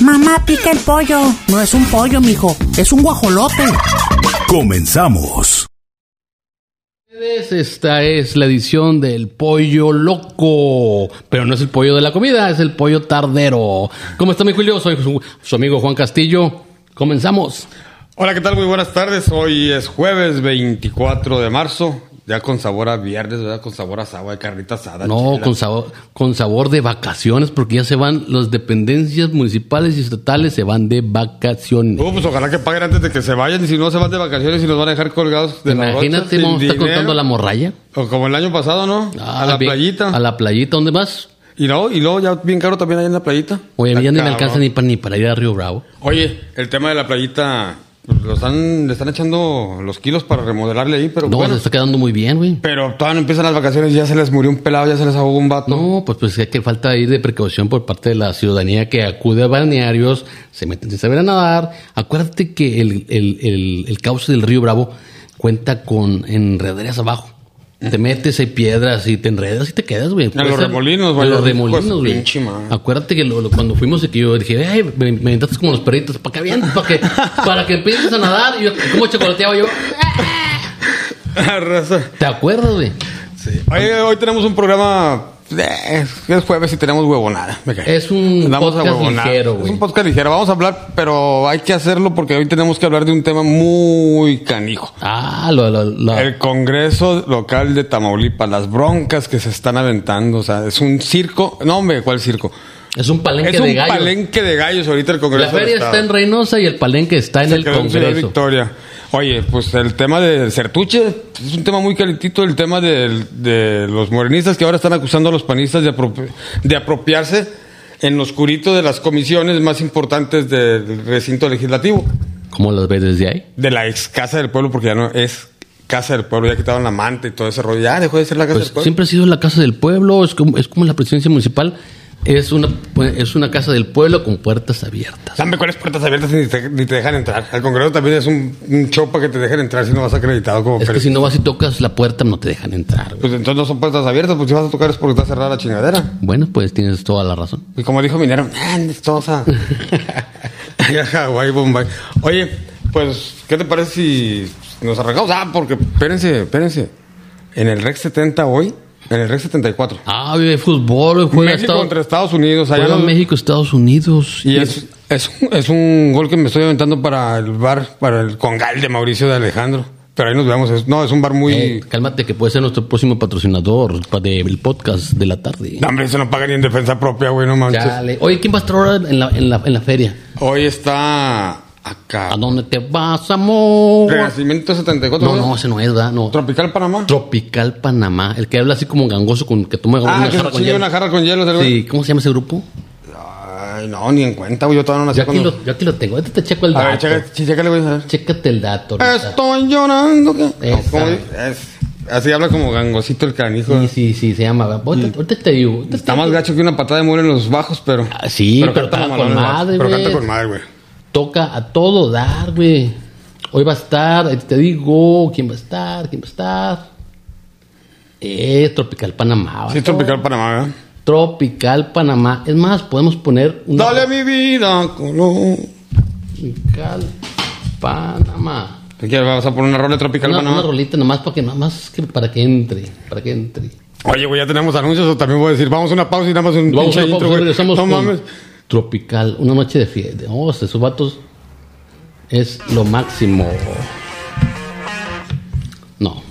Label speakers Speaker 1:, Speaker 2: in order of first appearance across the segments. Speaker 1: Mamá, pica el pollo. No es un pollo, mijo. Es un guajolote.
Speaker 2: Comenzamos.
Speaker 3: Pues Esta es la edición del pollo loco, pero no es el pollo de la comida, es el pollo tardero. ¿Cómo está mi Julio? Soy su, su amigo Juan Castillo. Comenzamos.
Speaker 4: Hola, ¿qué tal? Muy buenas tardes. Hoy es jueves 24 de marzo. Ya con sabor a viernes, ¿verdad? Con sabor a sábado, de carnita asada.
Speaker 3: No,
Speaker 4: chela. Uh,
Speaker 3: con sabor, con sabor de vacaciones, porque ya se van las dependencias municipales y estatales, se van de vacaciones.
Speaker 4: Uh, pues ojalá que paguen antes de que se vayan. Y si no, se van de vacaciones y nos van a dejar colgados de la
Speaker 3: Imagínate, vamos a estar contando la morralla.
Speaker 4: O como el año pasado, ¿no?
Speaker 3: Ah,
Speaker 4: a la
Speaker 3: bien.
Speaker 4: playita.
Speaker 3: A la playita, ¿dónde más?
Speaker 4: Y luego, y luego ya bien caro también ahí en la playita.
Speaker 3: Oye,
Speaker 4: Está
Speaker 3: ya ni me
Speaker 4: cabrón.
Speaker 3: alcanza ni para, ni para ir a Río Bravo.
Speaker 4: Oye, el tema de la playita, pues, lo están, le están echando los kilos para remodelarle ahí, pero
Speaker 3: No,
Speaker 4: bueno.
Speaker 3: se está quedando muy bien, güey.
Speaker 4: Pero todavía no empiezan las vacaciones, ya se les murió un pelado, ya se les ahogó un vato.
Speaker 3: No, pues, pues es que falta ahí de precaución por parte de la ciudadanía que acude a balnearios, se meten sin saber a nadar. Acuérdate que el, el- el- el cauce del río Bravo cuenta con enrederas abajo. Te metes, hay piedras y te enredas y te quedas, güey. Puede
Speaker 4: los
Speaker 3: ser-
Speaker 4: remolinos,
Speaker 3: A
Speaker 4: vaya,
Speaker 3: los
Speaker 4: hijo de su
Speaker 3: remolinos, güey.
Speaker 4: pinche madre.
Speaker 3: Acuérdate que lo- lo- cuando fuimos que yo dije, "Ey, me, me aventaste como los perritos, ¿para qué vienes? ¿Para que, para que empieces a nadar. Y yo, ¿cómo chocolateaba yo?
Speaker 4: Raza.
Speaker 3: ¿Te acuerdas, güey?
Speaker 4: Oye, Este, hoy tenemos un programa. eh, Es jueves y tenemos huevonada. Me cae.
Speaker 3: Es un
Speaker 4: Andamos a
Speaker 3: podcast
Speaker 4: huevonar.
Speaker 3: ligero,
Speaker 4: Es
Speaker 3: güey.
Speaker 4: un podcast ligero. Vamos a hablar, pero hay que hacerlo porque hoy tenemos que hablar de un tema muy canijo.
Speaker 3: Ah, lo, lo, lo-
Speaker 4: El Congreso Local de Tamaulipas, las broncas que se están aventando. O sea, es un circo. No, hombre, ¿cuál circo?
Speaker 3: es un palenque
Speaker 4: Es
Speaker 3: de
Speaker 4: un
Speaker 3: gallos.
Speaker 4: palenque de gallos ahorita el Congreso.
Speaker 3: La feria
Speaker 4: del
Speaker 3: está en
Speaker 4: Estado.
Speaker 3: Reynosa y el palenque está en
Speaker 4: Se
Speaker 3: el
Speaker 4: quedó en Ciudad
Speaker 3: Congreso.
Speaker 4: Victoria. Oye, pues el tema de Certuche es un tema muy calentito, el tema del- de, los morenistas que ahora están acusando a los panistas de, apropi- de apropiarse en lo oscurito de las comisiones más importantes del recinto legislativo,
Speaker 3: ¿Cómo las ves desde ahí?
Speaker 4: de la ex Casa del Pueblo, porque ya no es Casa del Pueblo, ya quitaron la manta y todo ese rollo, ya dejó de ser la Casa
Speaker 3: Pues
Speaker 4: del Pueblo.
Speaker 3: siempre ha sido la casa del pueblo, es como, es como la presidencia municipal, es una, es una casa del pueblo con puertas abiertas.
Speaker 4: Dame cuáles puertas abiertas y ni te, ni te dejan entrar. Al Congreso también es un, un show para que te dejen entrar si no vas acreditado como
Speaker 3: Es que
Speaker 4: perito.
Speaker 3: si no vas y tocas la puerta no te dejan entrar. güey.
Speaker 4: Pues entonces no son puertas abiertas, pues si vas a tocar es porque está cerrada la chingadera.
Speaker 3: Bueno, pues tienes toda la razón.
Speaker 4: Y como dijo Minero, "Ah, todos a allá a Hawái, Bombay. Oye, pues, ¿qué te parece si nos arrancamos? Ah, porque, espérense, espérense. En el Rec 70 hoy, en el Rec 74.
Speaker 3: Ah, güey, hay fútbol, juega
Speaker 4: México
Speaker 3: Estados-
Speaker 4: contra Estados Unidos. Allá
Speaker 3: juega
Speaker 4: nos-
Speaker 3: México, Estados Unidos.
Speaker 4: Y es, es, un- es un gol que me estoy aventando para el bar, para el Congal de Mauricio de Alejandro. Pero ahí nos vemos. Es- no, es un bar muy...
Speaker 3: Eh, cálmate que puede ser nuestro próximo patrocinador pa- del podcast de la tarde.
Speaker 4: No, hombre, eso no paga ni en defensa propia, güey, no manches.
Speaker 3: Chale. Oye, ¿quién va a estar ahora en la, en la, en la feria?
Speaker 4: Hoy está acá.
Speaker 3: ¿A dónde te vas, amor?
Speaker 4: Renacimiento 74.
Speaker 3: No,
Speaker 4: ¿verdad?
Speaker 3: no, ese no es, ¿verdad? No.
Speaker 4: Tropical Panamá.
Speaker 3: Tropical Panamá. El que habla así como gangoso con que toma
Speaker 4: Ah, que
Speaker 3: jarra
Speaker 4: se chingue
Speaker 3: hielo.
Speaker 4: una jarra con hielo. ¿sí?
Speaker 3: Sí, ¿cómo se llama ese grupo?
Speaker 4: Ay, no, ni en cuenta, güey. Yo todavía no nací
Speaker 3: Yo aquí, Ah,
Speaker 4: cuando...
Speaker 3: lo, yo aquí lo tengo. Ahorita te checo el
Speaker 4: A
Speaker 3: dato.
Speaker 4: ver, checa- sí, chécale, güey. a ver.
Speaker 3: Chécate el dato. ahorita.
Speaker 4: Estoy llorando. que-
Speaker 3: Esa.
Speaker 4: ¿Cómo es? Así habla como gangosito el canijo.
Speaker 3: Sí, sí, sí, se llama. ¿verdad? Ahorita, ahorita te digo. ahorita
Speaker 4: Mm. Está
Speaker 3: te-
Speaker 4: más gacho que una patada de muro en los bajos, pero...
Speaker 3: Ah, sí, pero
Speaker 4: canta
Speaker 3: está
Speaker 4: mamalón
Speaker 3: con
Speaker 4: el vato.
Speaker 3: madre,
Speaker 4: Pero
Speaker 3: güey.
Speaker 4: canta con madre, güey.
Speaker 3: Toca a todo dar, güey. Hoy va a estar, ahí te digo, ¿quién va a estar? ¿Quién va a estar? Eh, Tropical Panamá.
Speaker 4: Sí,
Speaker 3: vato.
Speaker 4: es tropical Panamá, ¿verdad?
Speaker 3: Tropical Panamá. Es más, podemos poner una
Speaker 4: Dale a mi vida, color.
Speaker 3: Tropical Panamá.
Speaker 4: ¿Qué vas a poner una rola de tropical
Speaker 3: Una, una
Speaker 4: Panamá?
Speaker 3: rolita nomás para que nomás que para que entre, para que entre.
Speaker 4: Oye, güey, ya tenemos anuncios o también voy a decir, vamos a una pausa y nada más un
Speaker 3: Vamos a
Speaker 4: pinche
Speaker 3: una pausa,
Speaker 4: intro, güey.
Speaker 3: regresamos
Speaker 4: No
Speaker 3: con
Speaker 4: mames.
Speaker 3: Tropical, una noche de fiesta. Oh, esos vatos es lo máximo. No.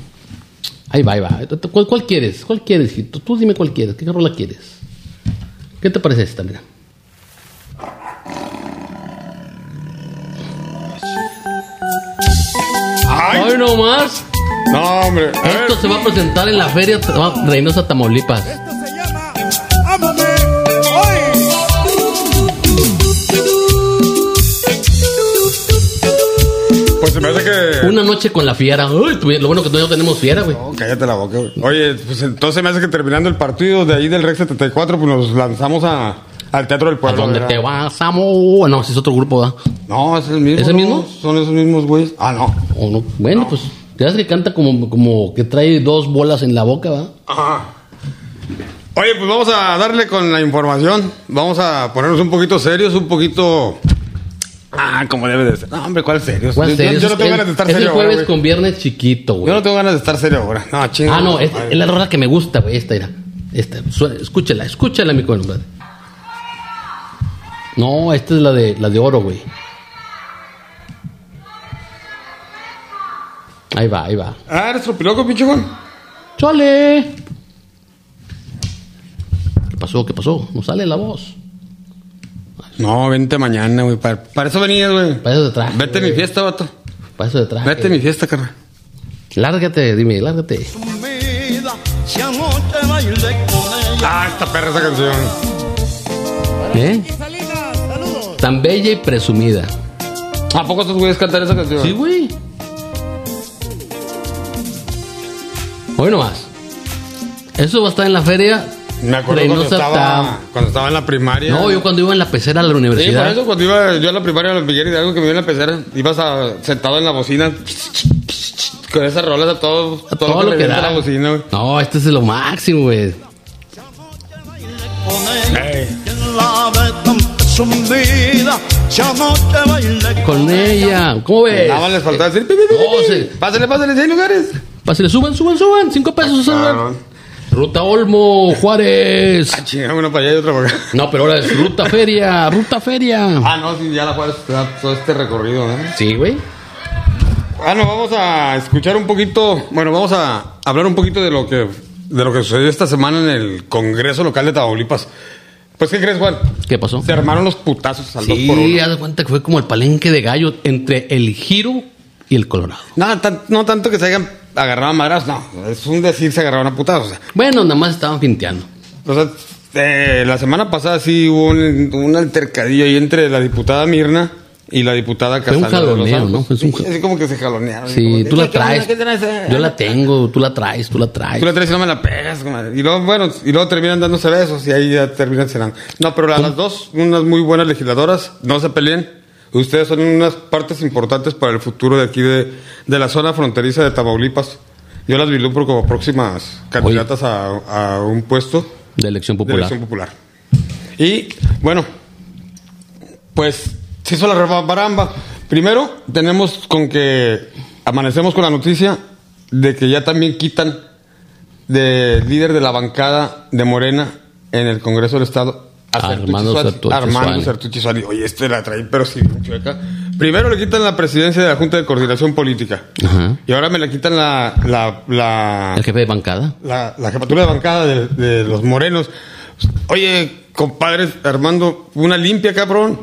Speaker 3: Ahí va, ahí va. ¿Cuál, cuál quieres? ¿Cuál quieres, hijito? Tú dime cuál quieres. ¿Qué rola quieres? ¿Qué te parece esta, mira?
Speaker 4: ¡Ay!
Speaker 3: ¡Ay, no más!
Speaker 4: No, hombre. A ver.
Speaker 3: Esto se va a presentar en la feria Tra- Reynosa Tamaulipas.
Speaker 5: Esto se llama Ámame hoy.
Speaker 4: pues se me hace que.
Speaker 3: Una noche con la fiera. Uy, tuvi- lo bueno que todavía no tenemos fiera, güey.
Speaker 4: No, cállate la boca, güey. Oye, pues entonces me hace que terminando el partido de ahí del Rex 74, pues nos lanzamos a, al Teatro del
Speaker 3: ¿A
Speaker 4: Pueblo.
Speaker 3: dónde
Speaker 4: ¿verdad?
Speaker 3: te vas, amo? Oh, No, si es otro grupo, ¿verdad?
Speaker 4: No, es el mismo.
Speaker 3: ¿Es el
Speaker 4: ¿no?
Speaker 3: mismo?
Speaker 4: Son esos mismos güeyes. Ah, no.
Speaker 3: O no. Bueno, pues, te das que canta como, como que trae dos bolas en la boca, ¿verdad?
Speaker 4: Ajá. Oye, pues vamos a darle con la información. Vamos a ponernos un poquito serios, un poquito. Ah, como debe de ser. No, hombre, ¿cuál serios?
Speaker 3: ¿Cuál
Speaker 4: Yo-
Speaker 3: serio?
Speaker 4: Yo, yo no
Speaker 3: Es-
Speaker 4: tengo ganas de estar
Speaker 3: es
Speaker 4: serio
Speaker 3: el jueves
Speaker 4: ahora. güey.
Speaker 3: con viernes chiquito, güey.
Speaker 4: Yo no tengo ganas de estar serio ahora. No, chingo.
Speaker 3: Ah, no, es,
Speaker 4: Ay,
Speaker 3: es la rola que me gusta, güey. Esta era. Esta, suena- escúchala, escúchala, mi compadre. No, esta es la de, la de oro, güey. Ahí va, ahí va.
Speaker 4: Ah, eres tropiloco, pinche Juan.
Speaker 3: ¡Chole! ¿Qué pasó? ¿Qué pasó? No sale la voz.
Speaker 4: No, vente mañana, güey. Para, para eso venías, güey.
Speaker 3: Para eso te traje.
Speaker 4: Vete a mi
Speaker 3: güey.
Speaker 4: fiesta, vato.
Speaker 3: Para eso te traje.
Speaker 4: Vete a mi fiesta, carnal.
Speaker 3: Lárgate, dime, lárgate.
Speaker 4: Ah, esta perra esa canción.
Speaker 3: ¿Eh? Tan bella y presumida.
Speaker 4: ¿A poco estos güeyes cantar esa canción?
Speaker 3: Sí, güey. Hoy nomás. Eso va a estar en la feria.
Speaker 4: Me acuerdo cuando
Speaker 3: Reynosa
Speaker 4: estaba,
Speaker 3: Tam-
Speaker 4: cuando estaba en la primaria.
Speaker 3: No, yo cuando iba en la pecera a la
Speaker 4: Sí, por
Speaker 3: universidad.
Speaker 4: eso cuando iba yo a la primaria de los Miguel Hidalgo que me iba en la pecera, ibas a, sentado en la bocina con esas rolas a todo,
Speaker 3: a todo lo que
Speaker 4: revienta
Speaker 3: da.
Speaker 4: la bocina, güey.
Speaker 3: no, este es lo máximo, güey. Con ella. ¿Cómo ves?
Speaker 4: Ah, Nada más les faltaba decir, pi, pi, pi,
Speaker 3: No,
Speaker 4: pi,
Speaker 3: se-
Speaker 4: pásale, pásale, seis lugares.
Speaker 3: Pásale, suban, suban, suban. Cinco
Speaker 4: Ah,
Speaker 3: pesos.
Speaker 4: Claro.
Speaker 3: suban. Ruta Olmo, Juárez.
Speaker 4: Ah, chingada, uno para allá y otro para acá.
Speaker 3: No, pero ahora es Ruta Feria, Ruta Feria.
Speaker 4: Ah, no, sí, ya la Juárez te da todo este recorrido, ¿eh?
Speaker 3: Sí, güey.
Speaker 4: Ah, no, vamos a escuchar un poquito, bueno, vamos a hablar un poquito de lo que de lo que sucedió esta semana en el Congreso Local de Tamaulipas. Pues, ¿qué crees, Juan?
Speaker 3: ¿Qué pasó?
Speaker 4: Se armaron los putazos al 2 por
Speaker 3: Sí,
Speaker 4: 1
Speaker 3: haz de cuenta que fue como el palenque de gallo entre el giro y el colorado.
Speaker 4: Nada, tan- no tanto que se hayan agarrado a madrazos, no. Es un decir se agarraron a putazos. O sea,
Speaker 3: Bueno, nada más estaban finteando.
Speaker 4: O sea, eh, la semana pasada sí hubo un, un altercadillo ahí entre la diputada Mirna y la diputada
Speaker 3: Fue un
Speaker 4: Cassandra de los
Speaker 3: jaloneo,
Speaker 4: Santos.
Speaker 3: ¿no? Fue un
Speaker 4: Sí,
Speaker 3: ja-
Speaker 4: así como que se jalonearon.
Speaker 3: Sí,
Speaker 4: Como,
Speaker 3: tú la
Speaker 4: ¿qué onda?
Speaker 3: traes.
Speaker 4: ¿Qué traes? Eh,
Speaker 3: Yo la tengo, tú la traes, tú la traes.
Speaker 4: Tú la traes y no me la pegas, comadre. Y luego, bueno, y luego terminan dándose besos y ahí ya terminan cenando. No, pero a las dos, unas muy buenas legisladoras, no se peleen. Ustedes son unas partes importantes para el futuro de aquí, de, de la zona fronteriza de Tamaulipas. Yo las vilumbro como próximas candidatas a, a un puesto
Speaker 3: De elección
Speaker 4: de
Speaker 3: popular.
Speaker 4: elección popular. Y, bueno, pues se hizo la rebaramba. Primero, tenemos con que amanecemos con la noticia de que ya también quitan de líder de la bancada de Morena en el Congreso del Estado. a
Speaker 3: Armando
Speaker 4: Sertucci Suárez-
Speaker 3: Sertucci
Speaker 4: Armando
Speaker 3: Suárez.
Speaker 4: Sertucci Suárez. Oye, este la trae, pero sí, chueca. Primero le quitan la presidencia de la Junta de Coordinación Política.
Speaker 3: Ajá.
Speaker 4: Y ahora me le quitan la, la, la,
Speaker 3: El jefe de bancada.
Speaker 4: la, la jefatura de bancada de, de los morenos. Oye, compadres, Armando, una limpia, cabrón.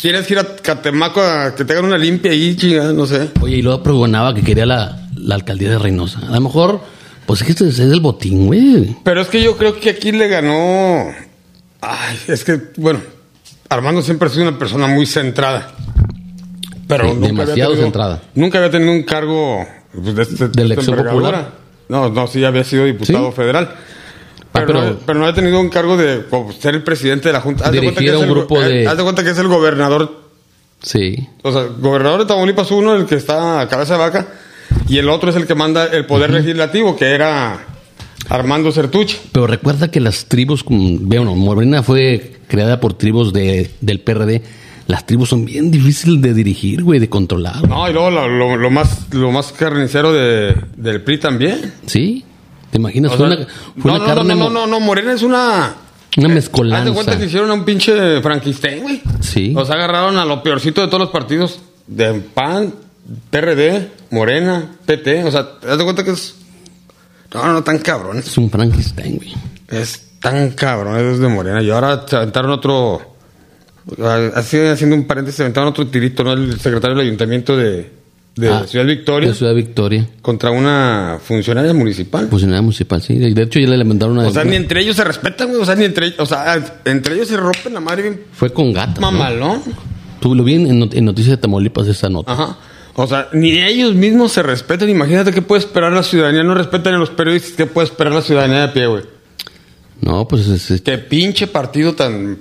Speaker 4: ¿Quieres que ir a Catemaco a que te hagan una limpia ahí, chingada? No sé.
Speaker 3: Oye, y luego pregonaba que quería la, la alcaldía de Reynosa. A lo mejor, pues es que este es el botín, güey.
Speaker 4: Pero es que yo creo que aquí le ganó. Ay, es que, bueno, Armando siempre ha sido una persona muy centrada. Pero
Speaker 3: Sí,
Speaker 4: nunca había
Speaker 3: demasiado
Speaker 4: tenido-
Speaker 3: centrada.
Speaker 4: Nunca había tenido un cargo pues, de, este-
Speaker 3: De elección
Speaker 4: esta envergadura.
Speaker 3: popular.
Speaker 4: No, no, sí, había sido diputado
Speaker 3: Sí.
Speaker 4: federal.
Speaker 3: Ah,
Speaker 4: Pero,
Speaker 3: pero-
Speaker 4: no, pero no había tenido un cargo de como, ser el presidente de la Junta. Haz de cuenta
Speaker 3: Dirigir a
Speaker 4: que es
Speaker 3: un
Speaker 4: el go-
Speaker 3: grupo de-
Speaker 4: eh, haz de cuenta que es el gobernador
Speaker 3: Sí.
Speaker 4: o sea, gobernador de Tamaulipas uno, el que está a cabeza de vaca, y el otro es el que manda el poder legislativo, que era Armando Sertucci.
Speaker 3: Pero recuerda que las tribus, como- bueno, Morena fue creada por tribus de, del PRD. Las tribus son bien difíciles de dirigir, güey, de controlar.
Speaker 4: No, y luego lo, lo- lo más lo más carnicero de, del PRI también.
Speaker 3: ¿Sí? ¿Te imaginas?
Speaker 4: O
Speaker 3: fue
Speaker 4: sea,
Speaker 3: una, fue
Speaker 4: no,
Speaker 3: una
Speaker 4: no,
Speaker 3: carne,
Speaker 4: no, no,
Speaker 3: mo-
Speaker 4: no, no, Morena es
Speaker 3: una
Speaker 4: una... Haz de cuenta
Speaker 3: mezcolanza.
Speaker 4: que hicieron a un pinche Frankenstein, güey.
Speaker 3: Sí.
Speaker 4: Los agarraron a lo peorcito de todos los partidos. De PAN, PRD, Morena, PT. O sea, haz de cuenta que es... No, no, tan cabrones.
Speaker 3: Es un Frankenstein, güey.
Speaker 4: Es tan cabrón, es de Morena. Y ahora se aventaron otro. Así haciendo un paréntesis, se aventaron otro tirito, ¿no? El secretario del ayuntamiento de, de
Speaker 3: Ah,
Speaker 4: Ciudad Victoria
Speaker 3: De Ciudad Victoria.
Speaker 4: contra una funcionaria municipal.
Speaker 3: Funcionaria municipal, sí. De hecho, ya le levantaron una.
Speaker 4: o sea, ni entre ellos se respetan, güey. O sea, ni entre ellos. O sea, entre ellos se rompen la madre bien
Speaker 3: Fue con gatas. ¿no?
Speaker 4: mamalón.
Speaker 3: Tú lo vi en, en Noticias de Tamaulipas esa nota.
Speaker 4: Ajá. O sea, ni ellos mismos se respetan. Imagínate qué puede esperar la ciudadanía. No respetan a los periodistas. ¿Qué puede esperar la ciudadanía de pie, güey?
Speaker 3: No, pues es- es-
Speaker 4: Qué pinche partido tan,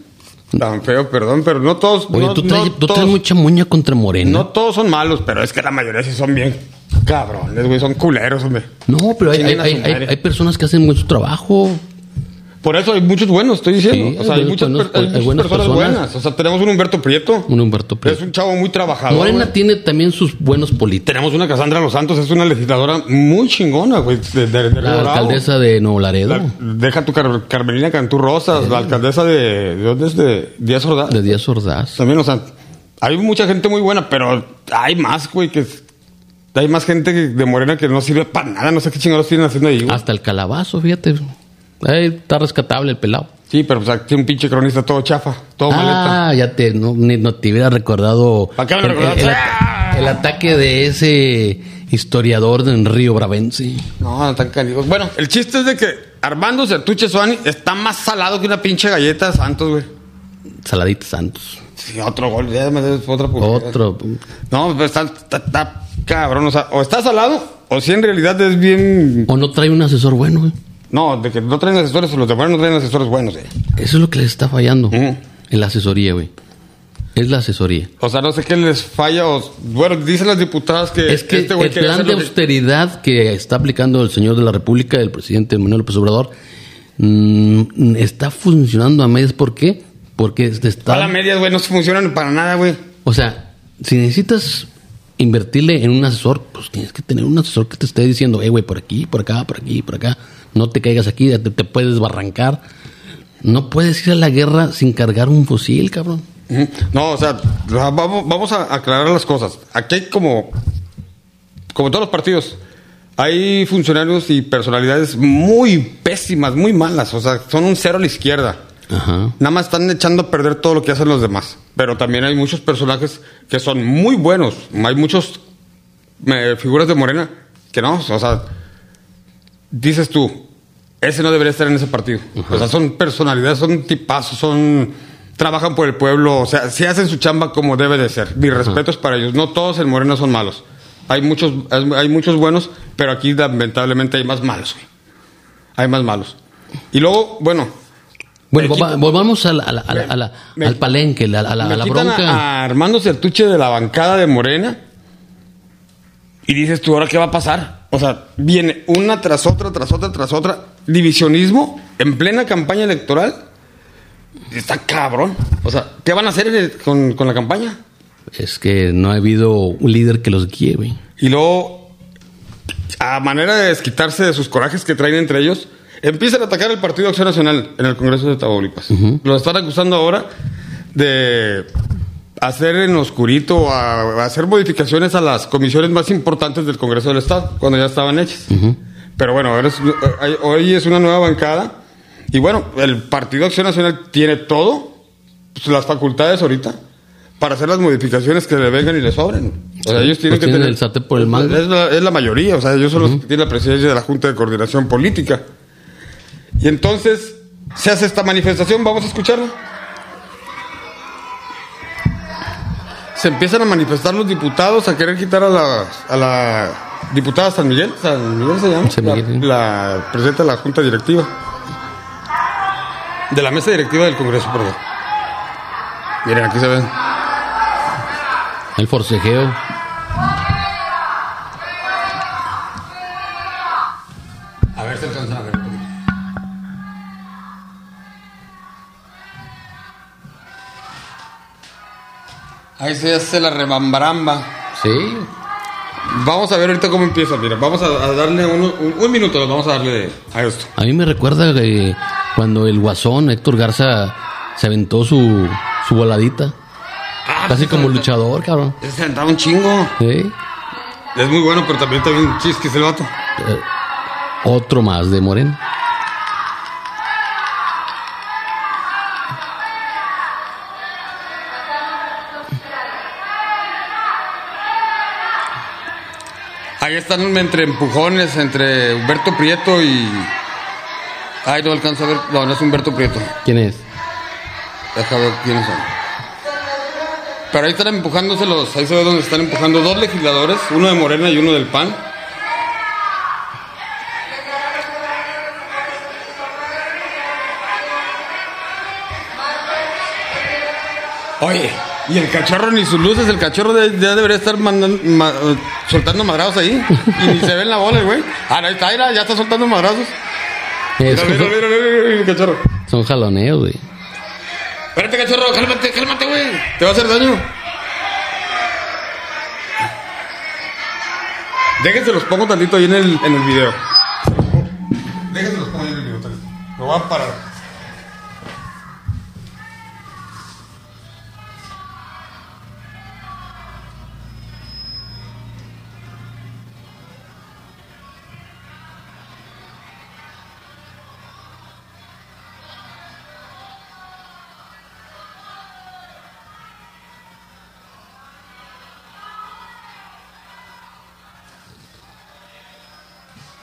Speaker 4: tan feo, perdón, pero no todos.
Speaker 3: Oye,
Speaker 4: no,
Speaker 3: tú, traes,
Speaker 4: no
Speaker 3: tú traes
Speaker 4: todos-
Speaker 3: mucha muña contra Morena.
Speaker 4: No todos son malos, pero es que la mayoría sí son bien cabrones, güey. Son culeros, hombre.
Speaker 3: No, pero hay, hay,
Speaker 4: Chinguen a
Speaker 3: hay-
Speaker 4: su madre.
Speaker 3: hay- hay personas que hacen mucho trabajo.
Speaker 4: Por eso hay muchos buenos, estoy diciendo.
Speaker 3: Sí,
Speaker 4: o sea, hay
Speaker 3: hay
Speaker 4: muchas,
Speaker 3: buenos-
Speaker 4: per- hay
Speaker 3: hay
Speaker 4: muchas
Speaker 3: buenas
Speaker 4: personas,
Speaker 3: personas.
Speaker 4: buenas. O sea, tenemos un Humberto Prieto.
Speaker 3: Un Humberto
Speaker 4: Es
Speaker 3: Prieto.
Speaker 4: un chavo muy trabajador.
Speaker 3: Morena
Speaker 4: güey.
Speaker 3: tiene también sus buenos políticos.
Speaker 4: Tenemos una Casandra Los Santos, es una legisladora muy chingona, güey. de- de- de
Speaker 3: La
Speaker 4: Colorado.
Speaker 3: alcaldesa de Nuevo Laredo.
Speaker 4: La- deja tu Car- Carmelina Cantú Rosas, la alcaldesa de. ¿De dónde es? De Díaz Ordaz.
Speaker 3: De Díaz Ordaz.
Speaker 4: También, o sea, hay mucha gente muy buena, pero hay más, güey, que. es- Hay más gente que- de Morena que no sirve para nada. No sé qué chingados tienen haciendo ahí, güey.
Speaker 3: Hasta el calabazo, fíjate. Ahí está rescatable el pelado.
Speaker 4: Sí, pero pues aquí un pinche cronista todo chafa, todo maleta.
Speaker 3: Ah, ya te, no, ni- no te hubiera recordado
Speaker 4: ¿Para qué me
Speaker 3: el, el-
Speaker 4: recordaste?
Speaker 3: el ata- el ataque de ese historiador del Río Bravense.
Speaker 4: No, no tan canijos. Bueno, el chiste es de que Armando Sertuche Suani está más salado que una pinche galleta Santos, güey.
Speaker 3: Saladita Santos.
Speaker 4: Sí, otro gol, ya me debes otra publicidad.
Speaker 3: Otro.
Speaker 4: No, pero está, está- está cabrón, o sea, o está salado, o si en realidad es bien...
Speaker 3: O no trae un asesor bueno, güey.
Speaker 4: No, de que no traen asesores, los de fuera no traen asesores buenos, eh.
Speaker 3: Eso es lo que les está fallando.
Speaker 4: Ujú.
Speaker 3: En la asesoría, güey. Es la asesoría.
Speaker 4: O sea, no sé qué les falla, o... Bueno, dicen las diputadas que...
Speaker 3: Es que
Speaker 4: este güey
Speaker 3: el
Speaker 4: quería
Speaker 3: plan
Speaker 4: hacer
Speaker 3: de
Speaker 4: lo que-
Speaker 3: austeridad que está aplicando el señor de la República, el presidente Manuel López Obrador, mm, está funcionando a medias. ¿Por qué? Porque se está...
Speaker 4: A la media, güey, no se funcionan para nada, güey.
Speaker 3: O sea, si necesitas invertirle en un asesor, pues tienes que tener un asesor que te esté diciendo, eh, güey, por aquí, por acá, por aquí, por acá. No te caigas aquí, te, te puedes barrancar. No puedes ir a la guerra sin cargar un fusil, cabrón.
Speaker 4: Ujú. No, o sea, la- vamos, vamos a aclarar las cosas. Aquí hay como, como todos los partidos, hay funcionarios y personalidades muy pésimas, muy malas. O sea, son un cero a la izquierda.
Speaker 3: Ajá.
Speaker 4: Nada más están echando a perder todo lo que hacen los demás. Pero también hay muchos personajes que son muy buenos. Hay muchos eh, figuras de Morena que no, o sea, dices tú, ese no debería estar en ese partido. O sea, son personalidades, son tipazos, son trabajan por el pueblo, o sea, sí hacen su chamba como debe de ser. Mi respeto es para ellos. No todos en Morena son malos. Hay muchos, hay muchos buenos, pero aquí lamentablemente hay más malos. güey. Hay más malos. Y luego, bueno,
Speaker 3: Bueno,
Speaker 4: Me
Speaker 3: va- volvamos a la- a la- a la- a la-
Speaker 4: Me-
Speaker 3: al palenque, a la, a la- a
Speaker 4: Me
Speaker 3: la
Speaker 4: quitan
Speaker 3: bronca.
Speaker 4: A, a Armando Sertuche de la bancada de Morena. Y dices tú, ¿ahora qué va a pasar? O sea, viene una tras otra, tras otra, tras otra. Divisionismo en plena campaña electoral. Está cabrón. O sea, ¿qué van a hacer eh, con, con la campaña?
Speaker 3: Es que no ha habido un líder que los guíe, güey.
Speaker 4: Y luego, a manera de desquitarse de sus corajes que traen entre ellos, empiezan a atacar el Partido de Acción Nacional en el Congreso de Tamaulipas. Lo están acusando ahora de hacer en oscurito, a, a hacer modificaciones a las comisiones más importantes del Congreso del Estado, cuando ya estaban hechas. Pero bueno, ahora es- hay- hoy es una nueva bancada. Y bueno, el Partido de Acción Nacional tiene todo, pues, las facultades ahorita, para hacer las modificaciones que le vengan y le sobren. O sea,
Speaker 3: Sí,
Speaker 4: ellos tienen
Speaker 3: pues
Speaker 4: que
Speaker 3: tienen
Speaker 4: tener...
Speaker 3: el sartén por el mango.
Speaker 4: Es la, es la mayoría, o sea, ellos son los que tienen la presidencia de la Junta de Coordinación Política. Y entonces se hace esta manifestación, vamos a escucharla. Se empiezan a manifestar los diputados a querer quitar a la, a la diputada San Miguel, San Miguel se llama,
Speaker 3: San
Speaker 4: la-
Speaker 3: Miguel, sí.
Speaker 4: la, presidenta de la Junta Directiva. De la mesa directiva del Congreso, perdón. Miren, aquí se ven.
Speaker 3: El forcejeo.
Speaker 4: A ver si alcanzan a ver. Ahí se hace la rebambaramba.
Speaker 3: Sí.
Speaker 4: Vamos a ver ahorita cómo empieza, mira. Vamos a, a darle uno- un, un minuto, lo vamos a darle a esto.
Speaker 3: A mí me recuerda eh, cuando el guasón Héctor Garza se aventó su, su voladita.
Speaker 4: Ah,
Speaker 3: Casi como luchador, cabrón.
Speaker 4: Se sentaba un chingo.
Speaker 3: Sí.
Speaker 4: Es muy bueno, pero también está bien chisquis el vato.
Speaker 3: Otro más de Morena.
Speaker 4: Ahí están entre empujones, entre Humberto Prieto y... Ay, no alcanzo a ver. No, no es Humberto Prieto.
Speaker 3: ¿Quién es?
Speaker 4: Deja ver quiénes son. Pero ahí están empujándoselos, ahí se ve donde están empujando dos legisladores, uno de Morena y uno del PAN. Oye, y el cachorro ni sus luces, el cachorro de- ya debería estar mandan- ma- soltando madrazos ahí. Y ni se ve en la bola, el güey. Ah, no, ahí está, mira, ya está soltando madrazos.
Speaker 3: Eh,
Speaker 4: Mira,
Speaker 3: son,
Speaker 4: mira, mira, mira, mira, el cachorro.
Speaker 3: son jaloneos, güey.
Speaker 4: Espérate, cachorro, cálmate, cálmate, güey. Te va a hacer daño. Déjense los pongo tantito ahí en el, en el video. Déjense los pongo ahí en el video. tantito. Lo voy a parar.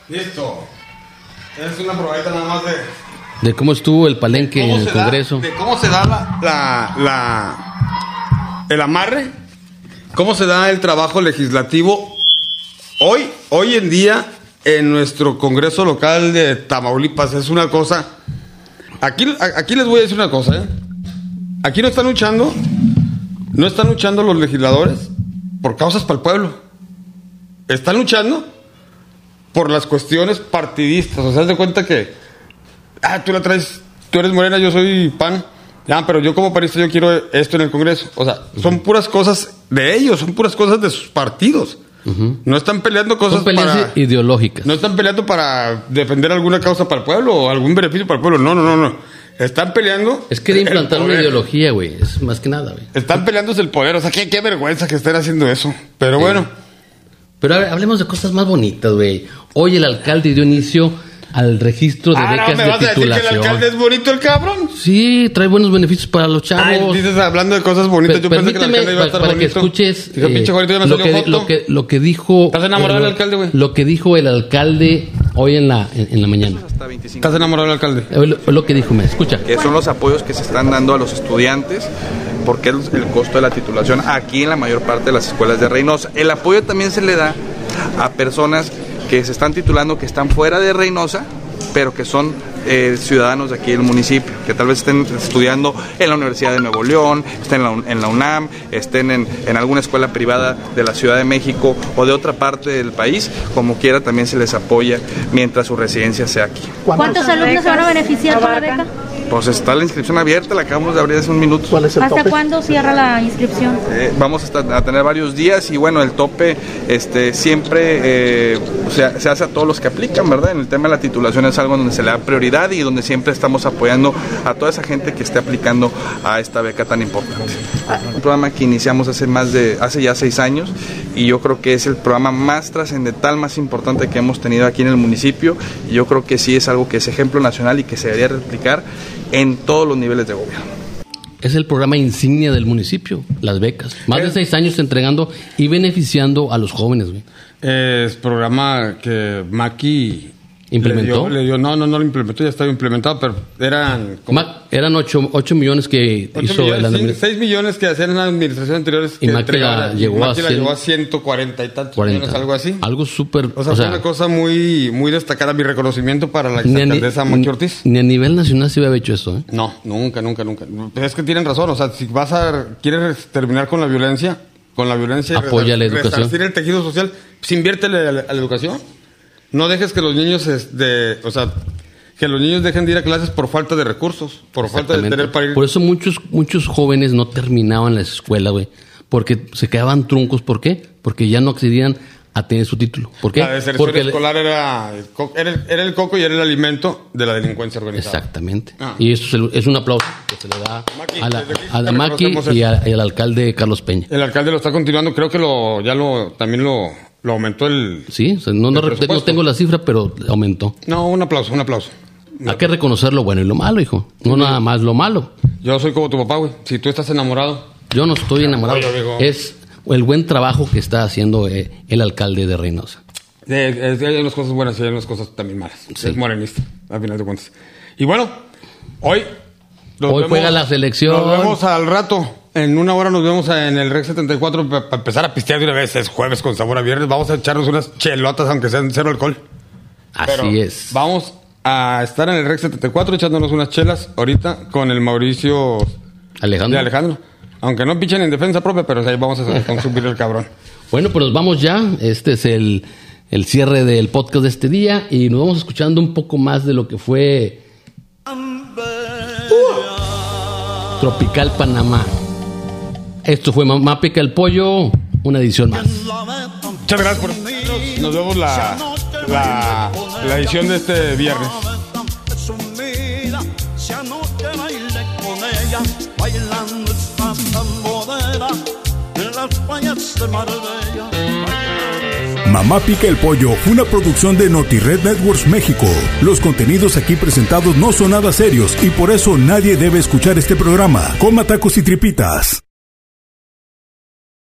Speaker 4: Listo. Es una probadita nada más de
Speaker 3: De cómo estuvo el palenque en
Speaker 4: cómo
Speaker 3: el
Speaker 4: se da-
Speaker 3: Congreso.
Speaker 4: de cómo se da la, la, la- el amarre, cómo se da el trabajo legislativo hoy, hoy en día en nuestro Congreso local de Tamaulipas. Es una cosa. Aquí, a- aquí les voy a decir una cosa. ¿eh? Aquí no están luchando, no están luchando los legisladores por causas para el pueblo. Están luchando por las cuestiones partidistas. O sea, haz de cuenta que ah, tú la traes, tú eres morena, yo soy pan. Ah, pero yo como panista yo quiero esto en el Congreso. O sea, son puras cosas de ellos, son puras cosas de sus partidos. No están peleando cosas
Speaker 3: Son peleas
Speaker 4: para...
Speaker 3: ideológicas.
Speaker 4: No están peleando para defender alguna causa para el pueblo o algún beneficio para el pueblo. No, no, no, no. Están peleando.
Speaker 3: es que de
Speaker 4: el
Speaker 3: implantar una
Speaker 4: poder.
Speaker 3: ideología, güey. Es más que nada, güey.
Speaker 4: Están peleándose el poder. O sea, qué, qué vergüenza que estén haciendo eso. Pero bueno,
Speaker 3: Pero a ver, hablemos de cosas más bonitas, güey. Hoy el alcalde dio inicio al registro de
Speaker 4: ah, no,
Speaker 3: becas
Speaker 4: me vas
Speaker 3: de
Speaker 4: a decir que el
Speaker 3: titulación.
Speaker 4: alcalde es bonito el cabrón.
Speaker 3: Sí, trae buenos beneficios para los chavos.
Speaker 4: Ay, dices hablando de cosas bonitas.
Speaker 3: Per-
Speaker 4: yo pensé Ah, que el
Speaker 3: permíteme,
Speaker 4: alcalde iba a
Speaker 3: pa-
Speaker 4: estar
Speaker 3: para que
Speaker 4: bonito.
Speaker 3: escuches
Speaker 4: Dijo,
Speaker 3: eh,
Speaker 4: pinche gordito, ya me
Speaker 3: lo,
Speaker 4: salió
Speaker 3: que,
Speaker 4: joto.
Speaker 3: lo, que, lo que dijo
Speaker 4: ¿Estás enamorado
Speaker 3: lo-
Speaker 4: del alcalde, güey?
Speaker 3: Lo que dijo el alcalde hoy en la, en, en la mañana.
Speaker 4: Estás enamorado del alcalde.
Speaker 3: Eh, Lo, lo que dijo, me escucha.
Speaker 5: que son los apoyos que se están dando a los estudiantes, porque es el costo de la titulación aquí en la mayor parte de las escuelas de Reynosa. El apoyo también se le da a personas que se están titulando, que están fuera de Reynosa, pero que son eh, ciudadanos de aquí del municipio, que tal vez estén estudiando en la Universidad de Nuevo León, estén en la, U- en la UNAM, estén en, en alguna escuela privada de la Ciudad de México o de otra parte del país, como quiera también se les apoya mientras su residencia sea aquí.
Speaker 6: ¿Cuántos alumnos se van a beneficiar con la beca?
Speaker 5: Pues está la inscripción abierta, la acabamos de abrir hace un minuto.
Speaker 6: ¿Hasta cuándo cierra la inscripción?
Speaker 5: Eh, vamos a, estar- a tener varios días y bueno, el tope este, siempre eh, o sea, se hace a todos los que aplican, ¿verdad? En el tema de la titulación es algo donde se le da prioridad y donde siempre estamos apoyando a toda esa gente que esté aplicando a esta beca tan importante. Un programa que iniciamos hace más de, hace ya seis años y yo creo que es el programa más trascendental, más importante que hemos tenido aquí en el municipio y yo creo que sí es algo que es ejemplo nacional y que se debería replicar en todos los niveles de gobierno.
Speaker 3: Es el programa insignia del municipio, las becas. Más
Speaker 4: Eh.
Speaker 3: de seis años entregando y beneficiando a los jóvenes, güey.
Speaker 4: Es programa que Maki
Speaker 3: ¿Implementó?
Speaker 4: Le dio, le dio- no, no, no lo implementó, ya estaba implementado, pero eran como
Speaker 3: Ma- Eran ocho, ocho millones que
Speaker 4: ocho
Speaker 3: hizo
Speaker 4: millones,
Speaker 3: la
Speaker 4: sí, seis millones que hacían en las administraciones anteriores.
Speaker 3: Y
Speaker 4: que
Speaker 3: Maki la
Speaker 4: entregaban.
Speaker 3: llegó a
Speaker 4: Maki la
Speaker 3: cien-
Speaker 4: llevó a 140 y tantos
Speaker 3: 40.
Speaker 4: millones, algo así.
Speaker 3: Algo súper.
Speaker 4: O sea, fue una cosa muy, muy destacada. Mi reconocimiento para la
Speaker 3: ni a, ni-
Speaker 4: alcaldesa Maki Ortiz.
Speaker 3: ni a nivel nacional se había hecho eso, ¿eh?
Speaker 4: No, nunca, nunca, nunca. Pues es que tienen razón. O sea, si vas a quieres terminar con la violencia, con la violencia, y
Speaker 3: Apoya la
Speaker 4: resar-
Speaker 3: educación.
Speaker 4: resarcir el tejido social, pues inviértele a la, a la educación. No dejes que los niños, es de, o sea, que los niños dejen de ir a clases por falta de recursos, por falta de
Speaker 3: Exactamente.
Speaker 4: tener para ir.
Speaker 3: Por eso muchos, muchos jóvenes no terminaban la escuela, güey. Porque se quedaban truncos. ¿Por qué? Porque ya no accedían a tener su título. ¿Por qué?
Speaker 4: La deserción
Speaker 3: Porque le-
Speaker 4: escolar era, el co- era, el, era el coco y era el alimento de la delincuencia organizada.
Speaker 3: Exactamente.
Speaker 4: Ah.
Speaker 3: Y eso se lo- es un aplauso que se le da
Speaker 4: Maki,
Speaker 3: a la,
Speaker 4: desde aquí
Speaker 3: a la
Speaker 4: te
Speaker 3: Maki
Speaker 4: reconocemos
Speaker 3: y,
Speaker 4: eso.
Speaker 3: a- y al alcalde Carlos Peña.
Speaker 4: El alcalde lo está continuando. Creo que lo, ya lo, también lo, lo aumentó el.
Speaker 3: Sí, o sea, no, no,
Speaker 4: El
Speaker 3: re-
Speaker 4: presupuesto.
Speaker 3: no tengo la cifra, pero aumentó.
Speaker 4: No, un aplauso, un aplauso.
Speaker 3: Hay que reconocer lo bueno y lo malo, hijo. No nada más lo malo.
Speaker 4: Yo soy como tu papá, güey. Si tú estás enamorado,
Speaker 3: Yo no estoy enamorado.
Speaker 4: Oye, amigo.
Speaker 3: Es el buen trabajo que está haciendo eh, el alcalde de Reynosa.
Speaker 4: eh, eh, hay unas cosas buenas y hay unas cosas también malas.
Speaker 3: Sí.
Speaker 4: Es morenista, al final de cuentas. Y bueno, hoy. nos
Speaker 3: Hoy juega la selección.
Speaker 4: Nos vemos al rato. En una hora nos vemos en el Rec 74 para empezar a pistear de una vez. Es jueves con sabor a viernes. Vamos a echarnos unas chelotas, aunque sean cero alcohol.
Speaker 3: Así
Speaker 4: Pero
Speaker 3: es.
Speaker 4: Vamos a estar en el Rec 74 echándonos unas chelas ahorita con el Mauricio
Speaker 3: Alejandro.
Speaker 4: de Alejandro. Aunque no pichen en defensa propia, pero ahí vamos a consumir el cabrón.
Speaker 3: Bueno, pues nos vamos ya. Este es el, el cierre del podcast de este día y nos vamos escuchando un poco más de lo que fue Uh. Tropical Panamá. Esto fue Mamá Pica el Pollo, una edición más.
Speaker 4: Muchas gracias por Nos vemos la, la, la edición de este viernes.
Speaker 7: Sumida, si anoche bailé con ella, bailando esta tamborera en las playas de Marbella.
Speaker 2: Mamá Pica el Pollo fue una producción de NotiRed Networks México. Los contenidos aquí presentados no son nada serios y por eso nadie debe escuchar este programa. Coma tacos y tripitas.